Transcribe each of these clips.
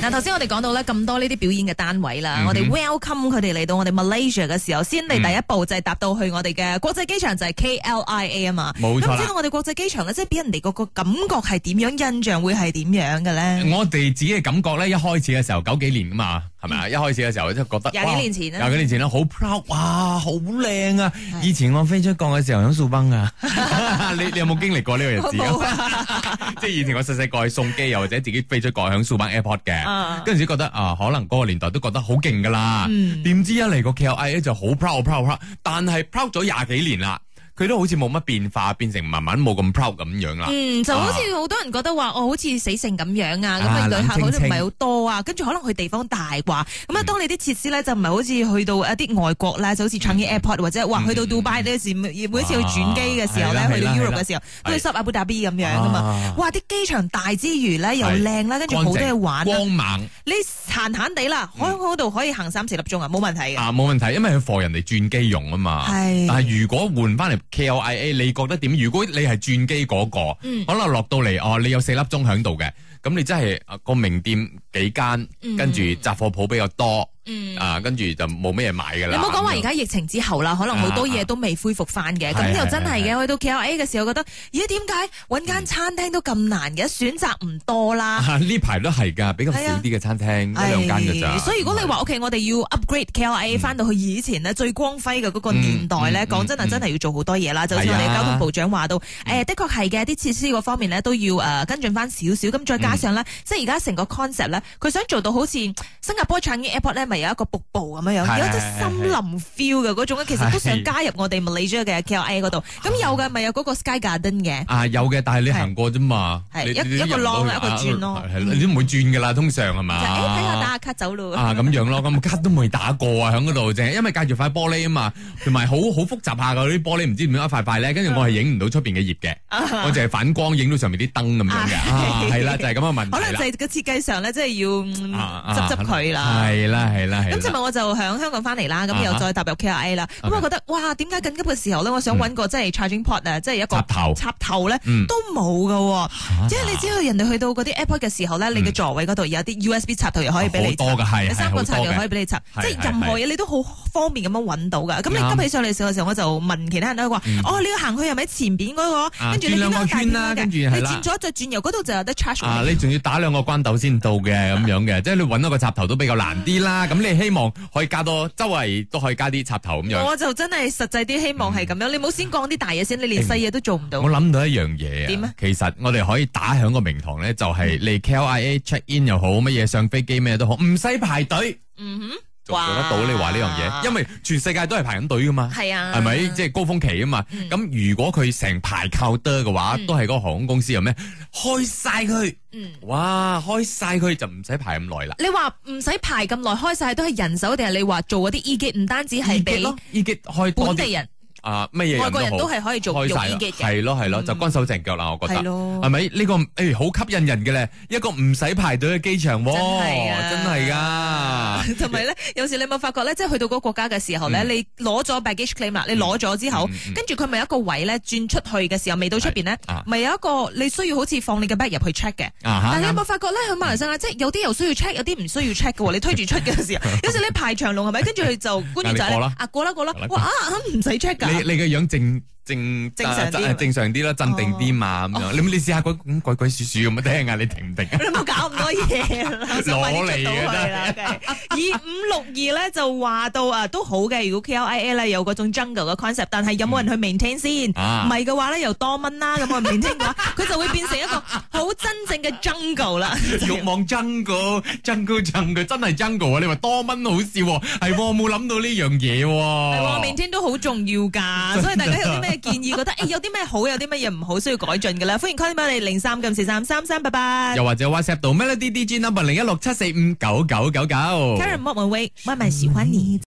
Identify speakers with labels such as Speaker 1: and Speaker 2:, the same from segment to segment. Speaker 1: 嗱，頭先我哋講到咧咁多呢啲表演嘅單位
Speaker 2: 嗯
Speaker 1: 啦，我哋 welcome 佢哋嚟到我哋 Malaysia 嘅時候，先嚟第一步就係踏到去我哋嘅國際機場，就係 KLIA 啊嘛。
Speaker 2: 冇錯啦
Speaker 1: 咁知道我哋國際機場咧，即係俾人哋嗰個感覺係點樣，印象會係點樣嘅咧？
Speaker 2: 我哋自己嘅感覺咧，一開始嘅時候九幾年噶嘛，係咪啊？一開始嘅時候即係覺得
Speaker 1: 嗯廿幾年前
Speaker 2: 哇
Speaker 1: 啊
Speaker 2: 廿幾年前啦，好 proud，哇，好靚啊！以前我飛出國嘅時候喺素崩 啊，你你有冇經歷過呢個日子
Speaker 1: 冇
Speaker 2: 啊？即係以前我細細個去送機，又或者自己飛出國喺素崩 airport
Speaker 1: 啊
Speaker 2: 嘅，跟住覺得啊，可能嗰個年代都覺得好勁噶啦
Speaker 1: 嗯，
Speaker 2: 點知一嚟個 KLIA 就好 proud proud proud，但係 proud 咗廿幾年啦，佢都好似冇乜變化，變成慢慢冇咁 proud 咁樣啦。
Speaker 1: 嗯，就好似好多人覺得話，哦，好似死性咁樣啊，咁啊
Speaker 2: 啊
Speaker 1: 旅客好似唔
Speaker 2: 冷清嗯
Speaker 1: 係
Speaker 2: 清
Speaker 1: 好多啊，跟住可能佢地方大啩，咁啊，當你啲設施咧就唔係好似去到一啲外國
Speaker 2: 嗯
Speaker 1: 咧，就好似 Changi Airport 或者哇，去到 Dubai 呢時，每每一次去轉機嘅時候咧
Speaker 2: 啊，係啦
Speaker 1: 去到
Speaker 2: 係啦
Speaker 1: Europe
Speaker 2: 係啦
Speaker 1: 嘅時候，都去 Sub Abu Dhabi 咁樣噶嘛
Speaker 2: 啊，
Speaker 1: 哇！啲機場大之餘咧又靚啦，跟住好多嘢玩啊啦
Speaker 2: 乾淨光猛。
Speaker 1: 你閒閒地啦，喺嗰度可以行三四粒鐘啊，冇問題嘅。
Speaker 2: 啊，冇問題，因為佢貨人哋轉機用啊嘛。
Speaker 1: 係
Speaker 2: 但係如果換翻嚟 KLIA，你覺得點？如果你係轉機嗰、個，
Speaker 1: 嗯
Speaker 2: 可能落到嚟哦，你有四粒鐘喺度嘅，咁你真係啊個名店幾間，
Speaker 1: 嗯
Speaker 2: 跟住雜貨鋪比較多，
Speaker 1: 嗯
Speaker 2: 啊，跟住就冇咩嘢買㗎
Speaker 1: 你
Speaker 2: 啦。
Speaker 1: 唔好講話而家疫情之後啦，可能好多嘢都未恢復翻嘅，
Speaker 2: 啊
Speaker 1: 咁
Speaker 2: 係
Speaker 1: 又真係
Speaker 2: 係
Speaker 1: 嘅。去到 KLA 嘅時候，覺得咦點解揾間餐廳都咁難嘅？選擇唔多啦。
Speaker 2: 啊呢排都係㗎，比較少
Speaker 1: 係啊
Speaker 2: 啲嘅餐廳一兩間㗎咋。嗯
Speaker 1: 唉哎所以如果你話 OK，我哋要 upgrade KLA 翻到去以前呢最光輝嘅嗰個年代咧，
Speaker 2: 嗯嗯
Speaker 1: 講真啊，
Speaker 2: 嗯
Speaker 1: 真係要做好多嘢啦。就好似我
Speaker 2: 係啊
Speaker 1: 哋嘅交通部長話到，誒的確係嘅，啲設施嗰方面咧都要誒跟進翻少少。咁再加上咧，
Speaker 2: 嗯
Speaker 1: 即係而家成個 concept 咧，佢想做到好似新加坡 Changi Airport 咧，咪有一個瀑布咁樣樣，
Speaker 2: 係
Speaker 1: 有一種
Speaker 2: 係係
Speaker 1: 森林 feel 嘅嗰種，其實都想加入我哋 Malaysia 嘅 KLA 嗰度。咁有嘅咪有嗰個 Sky Garden 嘅。
Speaker 2: 啊有嘅，但係你
Speaker 1: 係
Speaker 2: 行過啫嘛，
Speaker 1: 係
Speaker 2: 你
Speaker 1: 一
Speaker 2: 你都
Speaker 1: 一個
Speaker 2: 入唔到
Speaker 1: 浪
Speaker 2: 去
Speaker 1: 一個
Speaker 2: 啊
Speaker 1: 轉咯
Speaker 2: 係啦你都唔會轉㗎啦，通常係
Speaker 1: 就
Speaker 2: 嘛？
Speaker 1: 誒睇下打下卡走咯。
Speaker 2: 啊啊咁樣咯，咁卡都未打過啊，喺嗰度淨係因為隔住塊玻璃啊嘛，同埋好好複雜下㗎嗰啲玻璃，唔知點樣一塊塊咧，跟住我係影唔到出邊嘅葉嘅，我淨係反光影到上面啲燈咁樣嘅，
Speaker 1: 啊
Speaker 2: 啊係啦，就係咁嘅問
Speaker 1: 可能
Speaker 2: 題
Speaker 1: 就
Speaker 2: 啦
Speaker 1: 係個設計上咧，即係
Speaker 2: 啊
Speaker 1: 要嗯
Speaker 2: 啊，
Speaker 1: 執執佢啦。
Speaker 2: 係啦係啦
Speaker 1: 咁
Speaker 2: 係啦，
Speaker 1: 尋日我就喺香港翻嚟啦，咁
Speaker 2: 啊
Speaker 1: 又
Speaker 2: 哈
Speaker 1: 再踏入 KIA 啦。咁
Speaker 2: OK
Speaker 1: 我覺得哇，點解緊急嘅時候咧，我想揾個即係 charging port 啊，即係一個
Speaker 2: 插頭
Speaker 1: 插頭咧
Speaker 2: 嗯
Speaker 1: 都冇㗎喎。即係你知道人哋去到嗰啲 airport 嘅時候咧，你嘅座位嗰度有啲 USB 插頭又可以俾你插
Speaker 2: 嗯好多㗎係
Speaker 1: 有三
Speaker 2: 係
Speaker 1: 個
Speaker 2: 好
Speaker 1: 插頭
Speaker 2: 多
Speaker 1: 又可以
Speaker 2: 嘅。啊
Speaker 1: 俾你插，
Speaker 2: 係
Speaker 1: 即係任何嘢你都好方便咁樣揾到㗎。咁你
Speaker 2: 啱嗯
Speaker 1: 急起上嚟嘅時候，我就問其他人咧話：哦，你要行去係咪前邊嗰個？
Speaker 2: 啊
Speaker 1: 跟住你見
Speaker 2: 轉兩
Speaker 1: 到
Speaker 2: 個
Speaker 1: 大
Speaker 2: 圈啦
Speaker 1: 邊
Speaker 2: 跟住
Speaker 1: 嘅，
Speaker 2: 係
Speaker 1: 你
Speaker 2: 啦
Speaker 1: 轉左再轉右嗰度就有得 charge 我
Speaker 2: 啊！
Speaker 1: 哋
Speaker 2: 你仲要打兩個關鬥先到嘅咁樣嘅，即係你揾到個插頭都比較難啲啦。咁你希望可以加多周圍都可以加啲插頭咁樣。
Speaker 1: 我就真係實際啲希
Speaker 2: 嗯
Speaker 1: 望係咁樣，你唔好先講啲大嘢先，你連細嘢都做唔到
Speaker 2: 我。諗到一樣嘢啊，
Speaker 1: 點啊
Speaker 2: 其實我哋可以打響個名堂咧，就係你 KLIA check in 又好，乜嘢上飛機咩都好，唔使排隊，
Speaker 1: 嗯哼，
Speaker 2: 做做得到
Speaker 1: 哇
Speaker 2: 你話呢樣嘢，因為全世界都係排緊隊噶嘛。
Speaker 1: 係啊，
Speaker 2: 係咪？即係高峰期啊嘛。
Speaker 1: 嗯
Speaker 2: 咁、如果佢成排靠得嘅話，
Speaker 1: 嗯
Speaker 2: 都係嗰個航空公司有咩開晒佢，
Speaker 1: 嗯，
Speaker 2: 哇！開晒佢就唔使排咁耐啦。
Speaker 1: 你話唔使排咁耐，開晒都係人手，定係你話做嗰啲 e 機唔單止係俾
Speaker 2: 咯，已經開多
Speaker 1: 本地
Speaker 2: 啲
Speaker 1: 人、
Speaker 2: 啊，乜嘢
Speaker 1: 外國人
Speaker 2: 好
Speaker 1: 都係可以做
Speaker 2: 開
Speaker 1: 用
Speaker 2: 晒
Speaker 1: e
Speaker 2: 啦，
Speaker 1: 機嘅，
Speaker 2: 係咯係咯，就乾手淨腳啦，我覺得
Speaker 1: 係。咯
Speaker 2: 係。咪呢個誒好吸引人嘅咧？一個唔使排隊嘅機場
Speaker 1: 真係
Speaker 2: 喎
Speaker 1: 啊，
Speaker 2: 真 係噶。
Speaker 1: 同埋 咧，有時你有冇發覺咧，即係去到嗰個國家嘅時候咧，你攞咗 baggage claim 啊啦，你攞咗之後
Speaker 2: 嗯嗯，嗯
Speaker 1: 跟住佢咪有一個位咧轉出去嘅時候，未到出邊咧
Speaker 2: 係啊，
Speaker 1: 咪有一個你需要好似放你嘅 bag 入去 check 嘅。
Speaker 2: 啊哈
Speaker 1: 但你有冇發覺咧？去馬來
Speaker 2: 嗯
Speaker 1: 西亞即係有啲又需要 check，有啲唔需要 check 嘅喎。你推住出嘅時 候，有時你排長龍係咪？跟住佢就官員就係
Speaker 2: 嗱你過啦
Speaker 1: 啊過啦過啦
Speaker 2: 嗱，你過
Speaker 1: 哇啊唔使 check 㗎。
Speaker 2: 你你嘅樣正正
Speaker 1: 正常啲哦
Speaker 2: 啊正常啲啦，鎮定啲嘛咁樣。你你試下鬼咁鬼鬼祟祟咁聽下，你停 唔停 啊？
Speaker 1: 你唔好搞咁多嘢啦，我想快啲出到去啦。
Speaker 2: 攞
Speaker 1: OK 二五六二咧就話到啊，都好嘅。如果 KLIA 咧有嗰種 jungle 嘅 concept，但係有冇人去 maintain 先？
Speaker 2: 啊
Speaker 1: 唔係嘅話咧，又多蚊啦。咁我 maintain 嘅話，佢就會變成一個好真正嘅 jungle 啦。
Speaker 2: 欲望 jungle jungle jungle 真係 jungle 啊！你話多蚊好笑喎，係喎我冇諗到呢樣嘢
Speaker 1: 係喎
Speaker 2: 喎。
Speaker 1: ，maintain 都好重要㗎，所以大家有啲咩建議，覺得哎誒有啲咩好，有啲乜嘢唔好需要改進嘅咧，歡迎 call 翻你零三九四三三三，拜拜。
Speaker 2: 又或者 WhatsApp 到 Melody DJ number 零一六七四五九九九九。
Speaker 1: Karen 莫文蔚，慢慢喜歡你。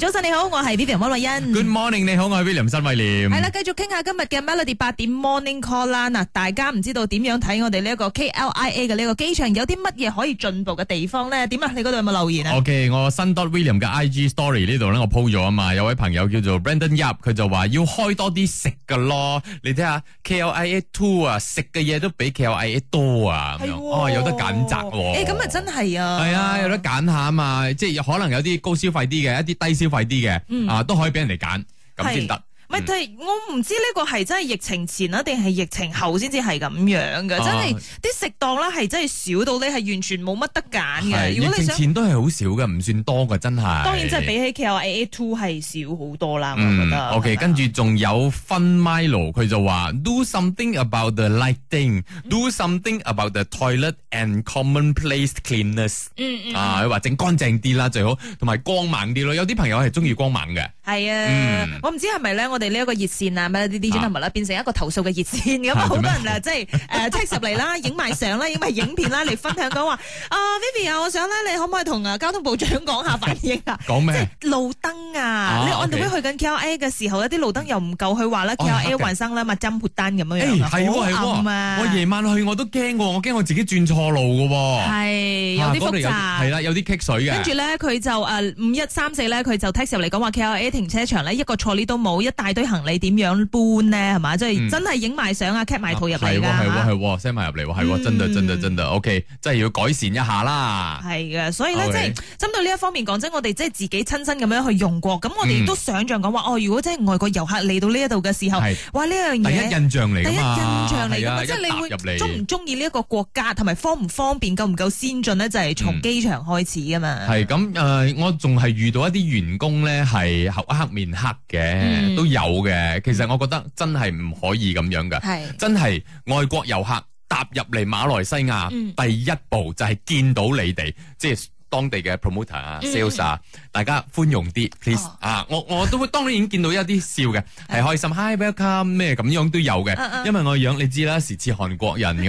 Speaker 1: 早晨你好，我係 Vivian 温慧欣。
Speaker 2: Good morning，你好，我係 William 新威廉。
Speaker 1: 系啦，繼續傾下今日嘅 Melody 八點 Morning Call 啦。嗱，大家唔知道點樣睇我哋呢一個 KLIA 嘅呢個機場有啲乜嘢可以進步嘅地方咧？點啊？你嗰度有冇留言啊？
Speaker 2: O.K. 我新 dot William 嘅 I.G. story 呢度咧，我 po 咗啊嘛。有位朋友叫做 Brandon Yap，佢就話要開多啲食嘅咯。你睇下 K.L.I.A. Two 啊，食嘅嘢都比 K.L.I.A. 多啊。咁樣哦，有得揀擇
Speaker 1: 誒
Speaker 2: 喎。
Speaker 1: 咁啊真係啊，
Speaker 2: 係啊，有得揀下啊嘛。即係可能有啲高消費啲嘅，一啲低消費啲嘅，
Speaker 1: 嗯
Speaker 2: 啊都可以俾人哋揀，咁先得。嗯
Speaker 1: 唔係，但係我唔知呢個係真係疫情前啊，定係疫情後先至係咁樣嘅。
Speaker 2: 啊
Speaker 1: 真係啲食檔啦，係真係少到咧，係完全冇乜得揀
Speaker 2: 係
Speaker 1: 嘅。如
Speaker 2: 疫
Speaker 1: 果你
Speaker 2: 情
Speaker 1: 想，
Speaker 2: 前都係好少嘅，唔算多嘅，真係。
Speaker 1: 當然真係比起 KLIA Two 係少好多啦。我覺
Speaker 2: 嗯
Speaker 1: 得。啊
Speaker 2: ，OK，
Speaker 1: 係嘛
Speaker 2: 跟住仲有分 Milo，佢就話 do something about the lighting，do something about the toilet and commonplace cleanness。
Speaker 1: 嗯嗯
Speaker 2: 啊，佢話整乾淨啲啦，最好，同埋光猛啲咯。有啲朋友係中意光猛嘅，
Speaker 1: 系啊
Speaker 2: 嗯，
Speaker 1: 我唔知係咪咧，我哋呢一個熱線啊，咩啲 DJ
Speaker 2: 啊
Speaker 1: number 啦，變成一個投訴嘅熱線咁
Speaker 2: 啊
Speaker 1: 啊，好多
Speaker 2: 做咩
Speaker 1: 人啊，即係誒 text 入嚟啦，影埋相啦，影埋影片啦，嚟分享講話啊，Vivi 啊，我想咧，你可唔可以同啊交通部長講下反應 啊？
Speaker 2: 講
Speaker 1: 即
Speaker 2: 咩
Speaker 1: 係？路燈啊！
Speaker 2: 啊
Speaker 1: 你我哋
Speaker 2: OK
Speaker 1: 會去緊 KLA 嘅時候咧，啲路燈又唔夠，佢話啦
Speaker 2: 哦黑
Speaker 1: KLA
Speaker 2: 嘅
Speaker 1: 環生啦，密針潑單咁樣
Speaker 2: 誒
Speaker 1: 樣啊，
Speaker 2: 係喎係
Speaker 1: 好暗啊
Speaker 2: 喎，我夜晚去我都驚喎，我驚我自己轉錯路嘅喎。
Speaker 1: 係有
Speaker 2: 啊
Speaker 1: 啲
Speaker 2: 嗰度
Speaker 1: 複
Speaker 2: 係
Speaker 1: 雜。
Speaker 2: 啦，有啲棘水
Speaker 1: 跟住
Speaker 2: 嘅。
Speaker 1: 咧，佢就誒五一三四咧，佢就 text 入嚟講話 KLA 停車場咧一個錯呢都冇，一大堆行李點樣搬咧係嘛？即
Speaker 2: 嗯
Speaker 1: 係真係影埋相啊，cap 埋圖入嚟
Speaker 2: 係
Speaker 1: 㗎
Speaker 2: 喎係喎
Speaker 1: 嚇
Speaker 2: 係喎，send 埋入嚟喎，係喎，真嘅真嘅真嘅，OK，真係要改善一下啦。
Speaker 1: 係嘅，所以咧
Speaker 2: OK
Speaker 1: 即係針對呢一方面講真，我哋即係自己親身咁樣去用過，咁我哋
Speaker 2: 嗯
Speaker 1: 都想像講話哦，如果真係外國遊客嚟到呢一度嘅時候，
Speaker 2: 係
Speaker 1: 哇呢樣
Speaker 2: 第一
Speaker 1: 嘢
Speaker 2: 印。象嚟
Speaker 1: 第一
Speaker 2: 㗎
Speaker 1: 印
Speaker 2: 嘛，
Speaker 1: 象嚟
Speaker 2: 係
Speaker 1: 噶嘛，
Speaker 2: 啊
Speaker 1: 即係
Speaker 2: 一
Speaker 1: 你
Speaker 2: 踏入
Speaker 1: 會
Speaker 2: 嚟
Speaker 1: 中唔中意呢一個國家，同埋方唔方便、夠唔夠先進呢？就係從
Speaker 2: 嗯
Speaker 1: 機場開始噶嘛。
Speaker 2: 係咁誒，呃我仲係遇到一啲員工咧係口黑面黑嘅，
Speaker 1: 嗯
Speaker 2: 都有嘅。其實我覺得真係唔可以咁樣噶，
Speaker 1: 係
Speaker 2: 真係外國遊客踏入嚟馬來西亞，
Speaker 1: 嗯
Speaker 2: 第一步就係見到你哋，即係。當地嘅 promoter 啊、
Speaker 1: 嗯
Speaker 2: sales 啊，大家寬容啲，please
Speaker 1: 哦
Speaker 2: 啊！我我都會當然已經見到一啲笑嘅，係開心，hi welcome 咩咁樣都有
Speaker 1: 嗯嗯
Speaker 2: 嘅，因為我樣你知啦，時似韓國人咁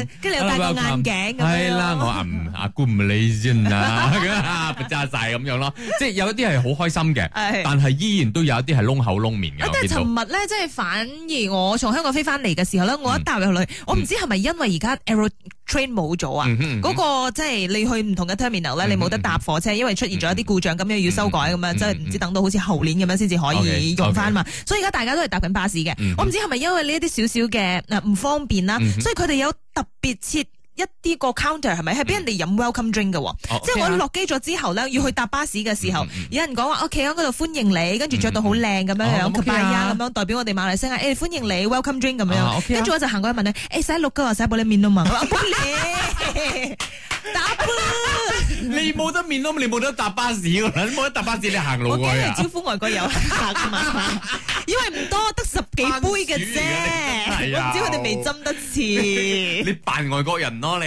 Speaker 2: 嘛
Speaker 1: 嚇，，跟住你又戴個眼鏡咁樣。
Speaker 2: 係啦，我阿唔阿姑唔理先 啊，不揸晒咁樣咯。即係有一啲係好開心嘅，
Speaker 1: 係
Speaker 2: 但係依然都有一啲係窿口窿面嘅。
Speaker 1: 啊
Speaker 2: 我
Speaker 1: 哎但係
Speaker 2: 見到
Speaker 1: 尋日咧，即係反而我從香港飛翻嚟嘅時候咧，我
Speaker 2: 嗯
Speaker 1: 一踏入去，我唔知係咪因為而家 Aero Train 冇咗啊？
Speaker 2: 嗯哼嗯哼
Speaker 1: 嗰個即係你去唔同嘅 terminal 咧，
Speaker 2: 嗯
Speaker 1: 你冇得搭火車，因為出現咗一啲故障，咁樣要修改咁樣，
Speaker 2: 嗯
Speaker 1: 即係唔知等到好似後年咁樣先至可
Speaker 2: OK，
Speaker 1: 以用翻嘛。所以而家大家都係搭緊巴士嘅
Speaker 2: 嗯。
Speaker 1: 我唔知係咪因為呢一啲少少嘅呃唔方便啦
Speaker 2: 嗯，哼
Speaker 1: 所以佢哋有特別設一啲個 counter 係咪係俾人哋飲 welcome drink 嘅喎？
Speaker 2: 哦 à？
Speaker 1: 即係我
Speaker 2: OK 啊
Speaker 1: 落機咗之後咧，要去搭巴士嘅時候
Speaker 2: 嗯嗯嗯，
Speaker 1: 有人講話我企喺嗰度歡迎你，跟住着到好靚咁樣
Speaker 2: 嗯嗯哦
Speaker 1: 樣，
Speaker 2: 咁 OK 啊
Speaker 1: 呀咁樣代表我哋馬來西亞，誒歡迎你，welcome drink 咁
Speaker 2: 啊
Speaker 1: 樣。
Speaker 2: ，OK 啊
Speaker 1: 跟住我就行過去問佢，誒使六個啊，使玻璃面啊 嘛，我話玻璃打波啦，
Speaker 2: 你冇得面咯，你冇得搭巴士㗎啦，你冇得搭巴士，你行
Speaker 1: 我
Speaker 2: 路過去
Speaker 1: 驚
Speaker 2: 啊
Speaker 1: 你。招呼外國遊客啊嘛，因為唔多得十幾杯嘅啫，
Speaker 2: 番薯嚟嘅
Speaker 1: 我唔
Speaker 2: 你真係啊
Speaker 1: 知佢哋未斟得切，
Speaker 2: 你扮外國人咯， 你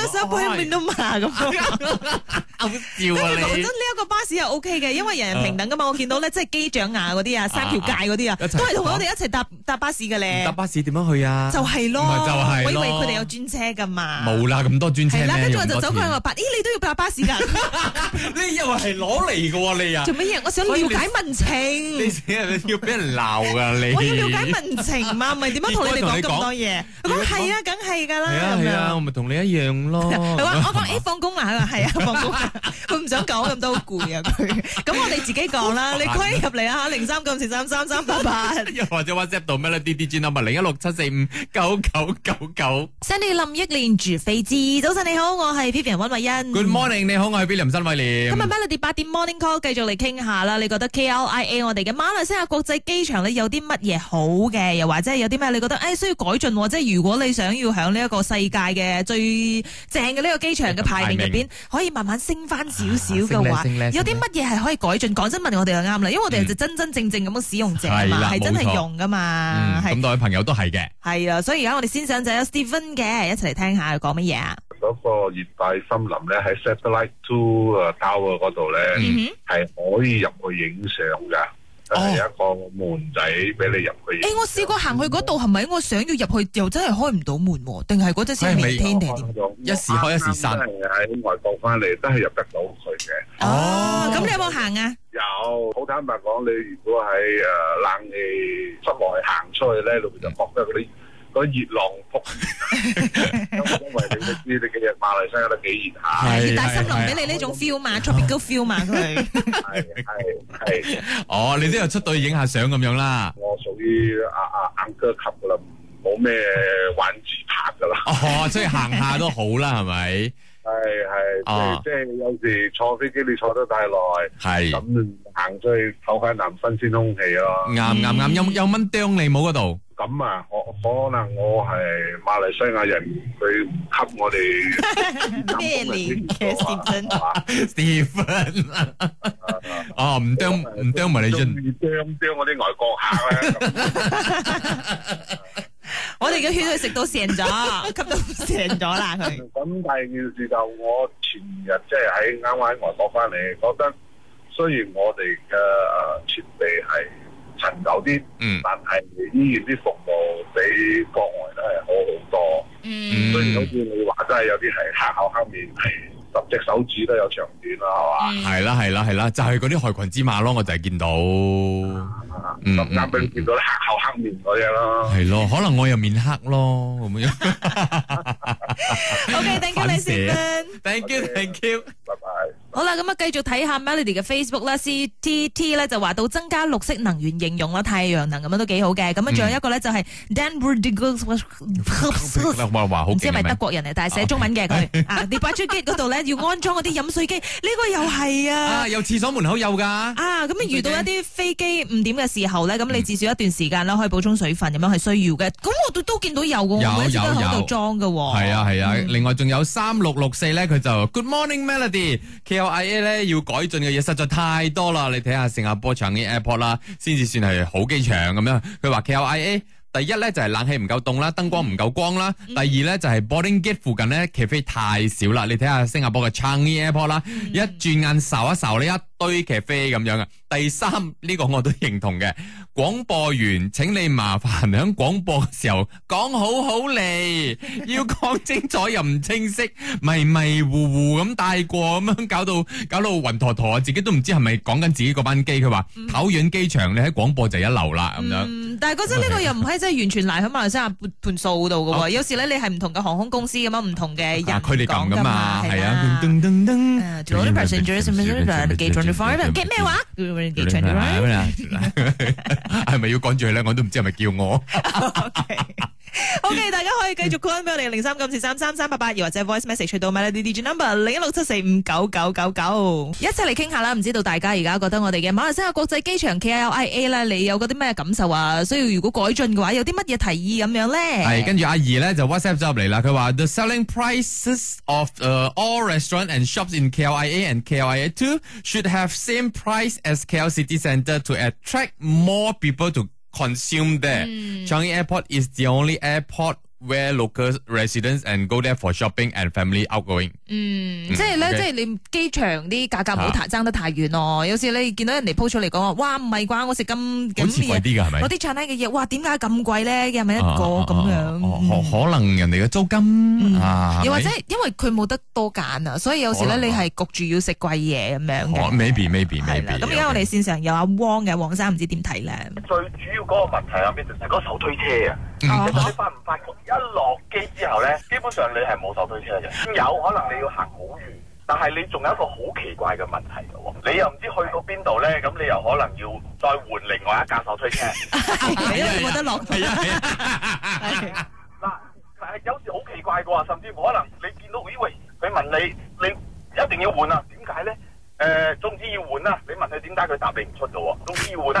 Speaker 1: 即係使玻璃面啊嘛咁樣。
Speaker 2: 好笑
Speaker 1: 跟
Speaker 2: 啊
Speaker 1: 住講真，
Speaker 2: 你
Speaker 1: 呢。一個巴士係 O K 嘅，因為人人平等噶嘛。我見到咧，即係機長啊嗰啲啊，三條界嗰啲啊，
Speaker 2: 一齊
Speaker 1: 都係同我哋一齊搭搭巴士嘅
Speaker 2: 唔
Speaker 1: 咧
Speaker 2: 搭。巴士點樣去啊？
Speaker 1: 就係咯，
Speaker 2: 咪就係咯
Speaker 1: 我以為佢哋有專車噶嘛。
Speaker 2: 冇啦，咁多專車
Speaker 1: 係啦，
Speaker 2: 咩？
Speaker 1: 跟住我
Speaker 2: 用
Speaker 1: 就
Speaker 2: 多
Speaker 1: 走過去話：，
Speaker 2: 錢
Speaker 1: 咦，你都要搭巴 士㗎？
Speaker 2: 你又係攞嚟嘅喎，你啊！
Speaker 1: 做乜嘢？我想了解民
Speaker 2: 你
Speaker 1: 情，
Speaker 2: 你要俾人鬧㗎你。
Speaker 1: 我要了解民情嘛，唔係點樣同你哋講咁多嘢？我講係啊，梗係㗎啦
Speaker 2: 係啊
Speaker 1: 咁
Speaker 2: 係
Speaker 1: 樣
Speaker 2: 啊，我。咪同你一樣 咯。
Speaker 1: 佢話：我講誒放工啦，佢話係 啊放工啦，佢唔想講咁多，好攰啊佢。咁我哋自己講啦，你可以入嚟啊，零三九四三三三八八。
Speaker 2: 又或者 WhatsApp 到 Melody DJ number 零一六七四五九九九九。
Speaker 1: Sandy 林憶蓮住飛枝，早晨你好，我係 Vivian 温慧欣。
Speaker 2: Good morning，你好，我係 William 新
Speaker 1: 今
Speaker 2: 偉廉
Speaker 1: 日。Melody 八點 Morning Call 繼續嚟傾下啦，你覺得 KLIA 我哋嘅啊馬來西亞國際機場咧有啲乜嘢好嘅，又或者係有啲咩你覺得誒、哎需要改進喎？即係如果你想要喺呢一個世界嘅最正嘅呢個機場嘅排名入
Speaker 2: 排
Speaker 1: 邊，可以慢慢升翻少少
Speaker 2: 啊升
Speaker 1: 嘅
Speaker 2: 呢
Speaker 1: 話，
Speaker 2: 升呢
Speaker 1: 有啲
Speaker 2: 升呢
Speaker 1: 乜嘢係可以改進？講真問我哋就啱啦，因為我哋
Speaker 2: 嗯
Speaker 1: 就真真正正咁樣使用者啊
Speaker 2: 係啦
Speaker 1: 嘛，係真
Speaker 2: 冇錯
Speaker 1: 係用噶嘛
Speaker 2: 嗯，
Speaker 1: 係
Speaker 2: 咁多位朋友都係嘅。
Speaker 1: 係啊，所以而家我哋先上就有 Stephen 嘅，一齊嚟聽下佢講乜嘢啊？
Speaker 3: 嗰個熱帶森林咧，喺 Satellite Two 啊 Tower 嗰度咧，
Speaker 1: 嗯
Speaker 3: 係可以入去影相噶，
Speaker 2: 哦
Speaker 3: 係、一個門仔俾你入去影
Speaker 1: 誒、
Speaker 3: 相。
Speaker 1: 我試過行去嗰度，係咪我想要入去，又真係開唔到門喎？定係嗰陣先
Speaker 2: 係咪
Speaker 1: 未聽定係點？
Speaker 3: 我
Speaker 2: 一時開一時散
Speaker 3: 啱啱都係喺外國翻嚟都係入得到佢嘅。
Speaker 2: 哦
Speaker 1: 咁你有冇行啊？
Speaker 3: 有有，好坦白講，你如果喺誒、呃冷氣室內行出去咧，你會就覺得嗰 啲嗰啲熱浪撲面， 因為你都知你嘅日馬來西亞都幾熱下，
Speaker 2: 係
Speaker 1: 熱帶森林俾你呢種 feel 嘛，tropical feel 嘛佢。
Speaker 3: 係係係，
Speaker 2: 哦，你都有出到去影下相咁樣啦。
Speaker 3: 我屬於啊啊硬哥級噶啦，冇咩玩自拍噶啦，
Speaker 2: 哦，即係行下都好啦，係咪？ 啊
Speaker 3: 係
Speaker 2: 嗯
Speaker 3: 係，即係有時坐飛機你坐得太耐，咁
Speaker 2: 係
Speaker 3: 行出去唞下南新鮮空氣咯。
Speaker 2: 啱啱啱，有有蚊啄你冇嗰度？
Speaker 3: 咁啊，我可能我係馬來西亞人，佢唔給我 哋
Speaker 1: 咩年嘅
Speaker 3: 啊
Speaker 1: Stephen？
Speaker 2: Stephen，哦，唔啄唔啄埋你
Speaker 3: 啊中
Speaker 2: 真。
Speaker 3: 意啄啄我啲外國客咧，咁啊
Speaker 1: 我哋嘅血佢食到成 咗，吸到成咗啦佢。
Speaker 3: 咁但係件事就我前日即係喺啱啱喺外國翻嚟，覺得雖然我哋嘅呃設備係陳舊啲，
Speaker 2: 嗯
Speaker 3: 但係醫院啲服務比國外都係好好多。
Speaker 1: 嗯
Speaker 3: 雖然好似你話真係有啲係黑口黑面，係十隻手指都有長短啦，係嘛？
Speaker 2: 係啦係啦係啦，就係嗰啲害群之馬咯，我就係見到。嗯
Speaker 3: 咁啱俾你見到黑口黑面嗰只咯。
Speaker 2: 係咯，可能我又面黑咯，咁樣。
Speaker 1: ，OK，thank you 你
Speaker 2: 反射
Speaker 1: Stephen。
Speaker 2: Thank you，Thank you。
Speaker 3: 拜拜。
Speaker 1: 好啦，咁啊，繼續睇下 Melody 嘅 Facebook 啦，CTT 咧就話到增加綠色能源應用啦，太陽能咁樣都幾好嘅。咁啊，仲有一個咧就係 Dan b r u d i g o
Speaker 2: 我話話好
Speaker 1: 唔知係咪
Speaker 2: 勁
Speaker 1: 德
Speaker 2: 啊
Speaker 1: 國人嚟，但係寫中文嘅佢 啊，你擺出機嗰度咧要安裝嗰啲飲水機，呢個又係啊
Speaker 2: 啊，。有廁所門口有㗎。
Speaker 1: 啊，咁啊遇到一
Speaker 2: 飲
Speaker 1: 啲飛機誤點嘅時候咧，咁你至少一段時間啦，可以補充水分咁樣係需要嘅。咁我都都見到有嘅，
Speaker 2: 有
Speaker 1: 我每一次都
Speaker 2: 有
Speaker 1: 喺
Speaker 2: 有
Speaker 1: 度裝嘅喎。
Speaker 2: 係啊係啊，另外仲有三六六四咧，佢就 Good morning Melody K L I A 咧要改進嘅嘢實在太多啦，你睇下新加坡長嘅 airport 啦，先至算係好機場咁樣。佢話 K L I A。第一咧就係冷氣唔夠凍啦，燈光唔夠光啦。第二咧就係 boarding gate 附近咧咖啡太少啦。你睇下新加坡嘅 Changi Airport 啦，一轉眼睄一睄呢一堆咖啡咁樣啊。第三呢個我都認同嘅，廣播員請你麻煩喺廣播嘅時候講好好嚟，要講清楚又唔清晰，迷迷糊糊咁帶過咁樣，搞到搞到暈陀陀，自己都唔知係咪講緊自己嗰班機。佢話唞遠機場你喺廣播就一流啦咁啊樣。
Speaker 1: 嗯，但係嗰陣呢個又唔係真係完全賴喺馬來西亞盤盤數度嘅喎，
Speaker 2: 哦
Speaker 1: 有時咧你係唔同嘅航空公司咁樣唔同嘅人
Speaker 2: 啊佢哋
Speaker 1: 講
Speaker 2: 咁
Speaker 1: 㗎
Speaker 2: 噶嘛，係啊，
Speaker 1: 係
Speaker 2: 噔噔噔
Speaker 1: 誒，to Uh, all the passengers, get twenty five, get 咩話？get twenty five。
Speaker 2: 係咪要趕住佢咧？我都唔知係咪叫我。
Speaker 1: OK，大家可以繼續 call 俾我哋零三九四三三三八八，又或者 voice message 去到 Melody d i number 零一六七四五九九九九，一齊嚟傾下啦。唔知道大家而家覺得我哋嘅馬來西亞國際機場 KLIA 啦，你有嗰啲咩感受啊？需要如果改進嘅話，有啲乜嘢提議咁樣咧？
Speaker 2: 係，跟住阿二咧就 WhatsApp 咗入嚟啦，佢話 The selling prices of、uh, all restaurant and shops in KLIA and KLIA two should have same price as KL City Centre to attract more people to consume there.
Speaker 1: Hmm。
Speaker 2: Changi Airport is the only airport where local residents and go there for shopping and family outgoing.
Speaker 1: 嗯，即係咧，
Speaker 2: OK
Speaker 1: 即係你機場啲價格唔好太爭得太遠咯。有時你見到人哋 po 出嚟講話，哇唔係啩，我食咁咁
Speaker 2: 好似貴
Speaker 1: 嘅嘢，
Speaker 2: 啲㗎係咪
Speaker 1: 我？啲 China 嘅嘢，哇點解咁貴咧？嘅係咪一個
Speaker 2: 啊
Speaker 1: 咁
Speaker 2: 啊啊啊
Speaker 1: 樣？
Speaker 2: 可可能人哋嘅租金啊，
Speaker 1: 又
Speaker 2: 係
Speaker 1: 或
Speaker 2: 咪
Speaker 1: 者因為佢冇得多揀啊，所以有時咧
Speaker 2: 可能
Speaker 1: 你
Speaker 2: 啊
Speaker 1: 係焗住要食貴嘢咁樣
Speaker 2: 哦
Speaker 1: 嘅。
Speaker 2: maybe maybe
Speaker 1: 係啦
Speaker 2: maybe。
Speaker 1: 咁而家我哋線上有阿汪嘅，黃生唔知點睇咧？
Speaker 4: 最主要嗰個問題係咩？就係嗰個手推車啊！
Speaker 2: 嗯
Speaker 1: 哦
Speaker 4: 其實你發唔發覺一落機之後咧，基本上你係冇手推車嘅，有可能你要行好遠，但係你仲有一個好奇怪嘅問題嘅喎，你又唔知去到邊度咧，咁你又可能要再換另外一架手推車。
Speaker 1: 你都冇得落。
Speaker 2: 係啊係啊
Speaker 4: 嗱，但係有時好奇怪嘅喎，甚至乎可能你見到咦喂，佢問你你一定要換啊？點解咧？誒、總之要呃換啦、你問佢點解，佢答你唔出嘅喎。總之要換啦、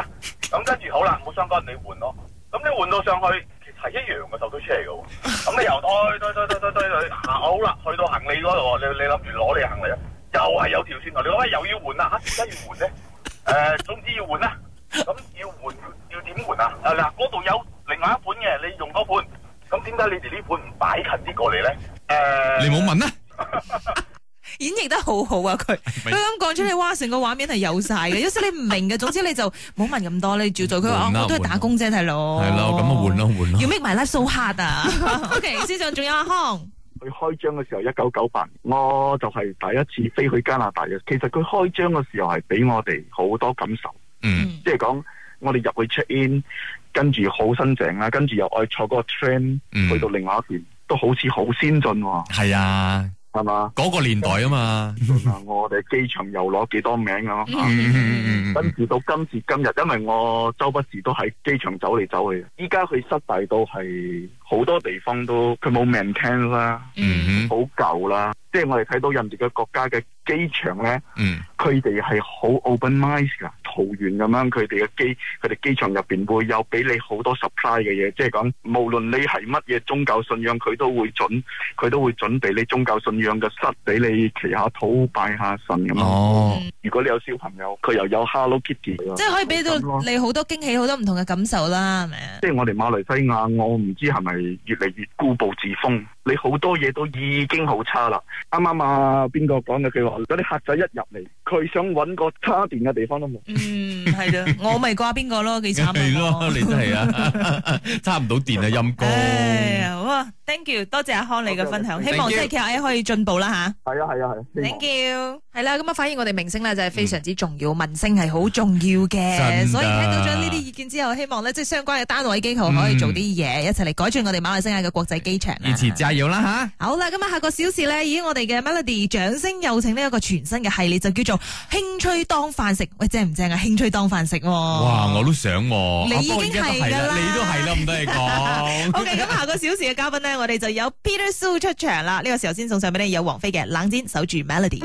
Speaker 4: 咁跟住好啦，冇相干，你換咯。咁你換到上去，其實係一樣嘅手推車嚟嘅喎。咁你哎由推推推推推推推，啊好啦，去到行李嗰度喎，你你諗住攞你行李啊，又係有條線頭，你諗下又要換啦、啊嚇點解要換咧？誒、總之要換啦、咁要換要點換啊？啊嗱，嗰度有另外一款嘅，你用嗰款，咁點解你哋呢款唔擺近啲過嚟呃咧？誒、
Speaker 2: 你冇問啦。
Speaker 1: 演繹得好好啊！佢佢
Speaker 2: 咪
Speaker 1: 咁講出嚟，哇！成個畫面係有晒嘅。有時你唔明嘅，總之你就冇問咁多，你照做。佢話
Speaker 2: 換啦
Speaker 1: 哦我都係
Speaker 2: 換啦
Speaker 1: 打工啫，係咯。
Speaker 2: 係咯，咁啊換咯換咯
Speaker 1: 要。make my life so hard 啊！OK，先上仲有阿康，
Speaker 3: 佢開張嘅時候，一九九八年，我就係第一次飛去加拿大嘅。其實佢開張嘅時候係俾我哋好多感受，
Speaker 2: 嗯
Speaker 1: 嗯
Speaker 3: 即係講我哋入去 check in，跟住好新淨啦，跟住又愛坐嗰個 train
Speaker 2: 嗯
Speaker 3: 去到另外一邊，都好似好先進喎，
Speaker 2: 系啊，？
Speaker 3: 係嘛
Speaker 2: 嗰個年代啊嘛，
Speaker 3: 嗱我哋機場又攞幾多名啊！
Speaker 1: 嗯
Speaker 2: 嗯嗯嗯嗯
Speaker 3: 跟住到今時今日，因為我周不時都喺機場走嚟走去，依家佢失敗到係好多地方都佢冇 maintain 啦，
Speaker 2: 嗯
Speaker 3: 好舊啦，即係我哋睇到人哋嘅國家嘅機場咧，
Speaker 2: 嗯
Speaker 3: 佢哋係好 open mind 噶，桃園咁樣，佢哋嘅機佢哋機場入邊會有俾你好多 supply 嘅嘢，即係講無論你係乜嘢宗教信仰，佢都會準佢都會準備你宗教信仰嘅室俾你祈下禱拜下神咁
Speaker 2: 嗯，
Speaker 3: 樣。
Speaker 2: 哦，
Speaker 3: 如果你有小朋友，佢又有 Hello Kitty，
Speaker 1: 即係可以俾到
Speaker 3: 咁咯
Speaker 1: 你好多驚喜，好多唔同嘅感受啦，係咪啊？
Speaker 3: 即係我哋馬來西亞，我唔知係咪越嚟越固步自封，你好多嘢都已經好差啦。啱啱啊，邊個講嘅佢話，嗰啲客仔一入嚟，佢想揾個叉電嘅地方都冇。
Speaker 1: 嗯，係 咯，我咪掛邊個咯，幾慘啊！
Speaker 2: 係咯，
Speaker 1: 我
Speaker 2: 你真係啊， 差唔到電啊，陰
Speaker 1: 哎
Speaker 2: 公。
Speaker 1: 呀，好啊，thank you，多謝阿康你嘅分享，
Speaker 3: 多謝
Speaker 1: 希望
Speaker 2: thank
Speaker 1: 即
Speaker 2: you
Speaker 1: 係 K I 可以進步啦吓。
Speaker 3: 係啊係啊係啊，希望
Speaker 1: Thank you，係啦，咁啊，反而我哋明星咧就係非常之重要，明星係好重要嘅，
Speaker 2: 真㗎
Speaker 1: 所以聽到咗呢啲意見之後，希望咧即係相關嘅單位機構可以做啲嘢，一齊嚟改進我哋馬來西亞嘅國際機場啊。
Speaker 2: 以
Speaker 3: 嗯
Speaker 2: 前炸藥啦吓，
Speaker 1: 好啦，咁啊，下個小時咧，咦，我哋嘅 Melody 掌聲有請呢一個全新嘅系列，就叫做興趣當飯食，喂，正唔正啊？興趣當飯食喎，
Speaker 2: 哇！我都想喎，
Speaker 1: 哦你已經
Speaker 2: 啊不過而
Speaker 1: 係
Speaker 2: 家都係
Speaker 1: 㗎啦
Speaker 2: 你都係啦，咁多嘢講。
Speaker 1: OK，咁下個小時嘅嘉賓呢，我哋就有 Peter Su 出場啦。呢、個時候先送上俾你有王菲嘅《冷戰守住 Melody》。